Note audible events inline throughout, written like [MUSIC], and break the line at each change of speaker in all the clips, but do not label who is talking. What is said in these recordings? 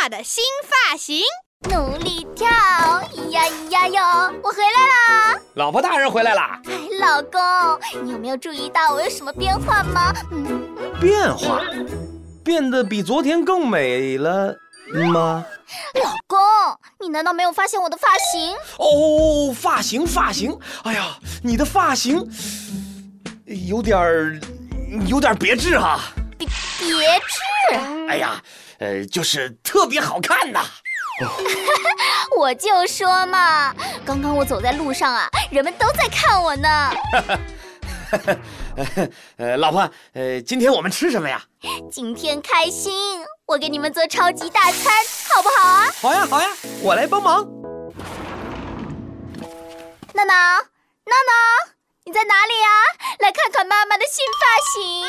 发的新发型。
努力跳，咿呀咿呀哟！我回来啦！
老婆大人回来啦！
哎，老公，你有没有注意到我有什么变化吗？嗯，
变化，变得比昨天更美了吗？
老公，你难道没有发现我的发型？
哦，发型，发型，哎呀，你的发型有点儿，有点儿别致哈、
别别致！啊
哎呀，呃，就是特别好看呐。 [LAUGHS]
我就说嘛，刚刚我走在路上啊，人们都在看我呢。
呃，老婆，呃，今天我们吃什么呀？
今天开心，我给你们做超级大餐，好不好啊？
好呀，好呀，我来帮忙。
闹闹，闹闹，你在哪里呀、啊来看看妈妈的新发型。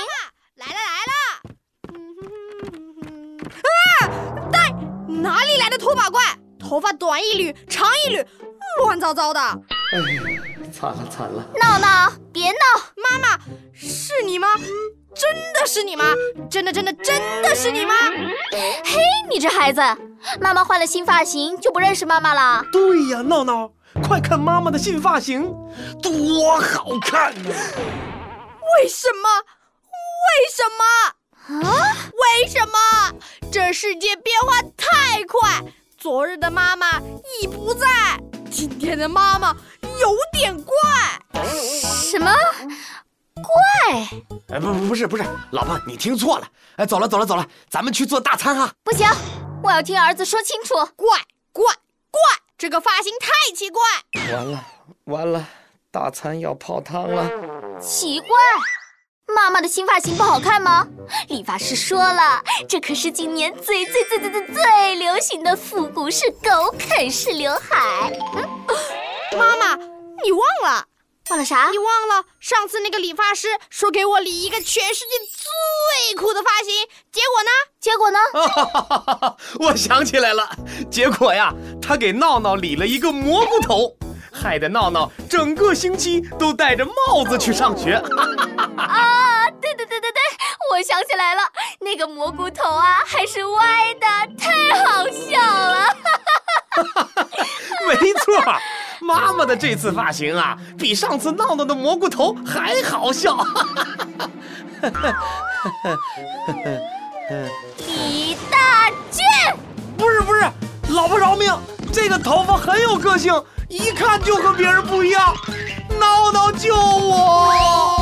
来了来了！啊，呆，哪里来的拖把怪？头发短一缕，长一缕，乱糟糟的。
惨了惨了！
闹闹，别闹！
妈妈，是你吗？真的是你吗？真的真的真的是你吗？
你这孩子，妈妈换了新发型就不认识妈妈了。
对哎呀，闹闹，快看妈妈的新发型，多好看呐、
为什么？为什么？
啊，
为什么？这世界变化太快，昨日的妈妈已不在，今天的妈妈有点怪。
什么？怪？
哎，不不不是不是，老婆你听错了。哎，走了走了走了，咱们去做大餐哈。
不行，我要听儿子说清楚。
怪怪怪！这个发型太奇怪。
完了完了，大餐要泡汤了。
奇怪，妈妈的新发型不好看吗？理发师说了，这可是今年最最最最最最流行的复古式狗啃式刘海。
妈妈，你忘了？
忘了啥
你？忘了上次那个理发师说给我理一个全世界最酷的发型，结果呢？
结果呢？
[LAUGHS] 我想起来了，结果呀，他给闹闹理了一个蘑菇头，害得闹闹整个星期都戴着帽子去上学。 [LAUGHS]
啊，对对对对对，我想起来了，那个蘑菇头啊还是歪的，太好笑了。
没错，妈妈的这次发型啊，比上次闹闹的蘑菇头还好笑。 [LAUGHS]
李大俊。
不是不是，老婆饶命，这个头发很有个性，一看就和别人不一样。闹闹救我！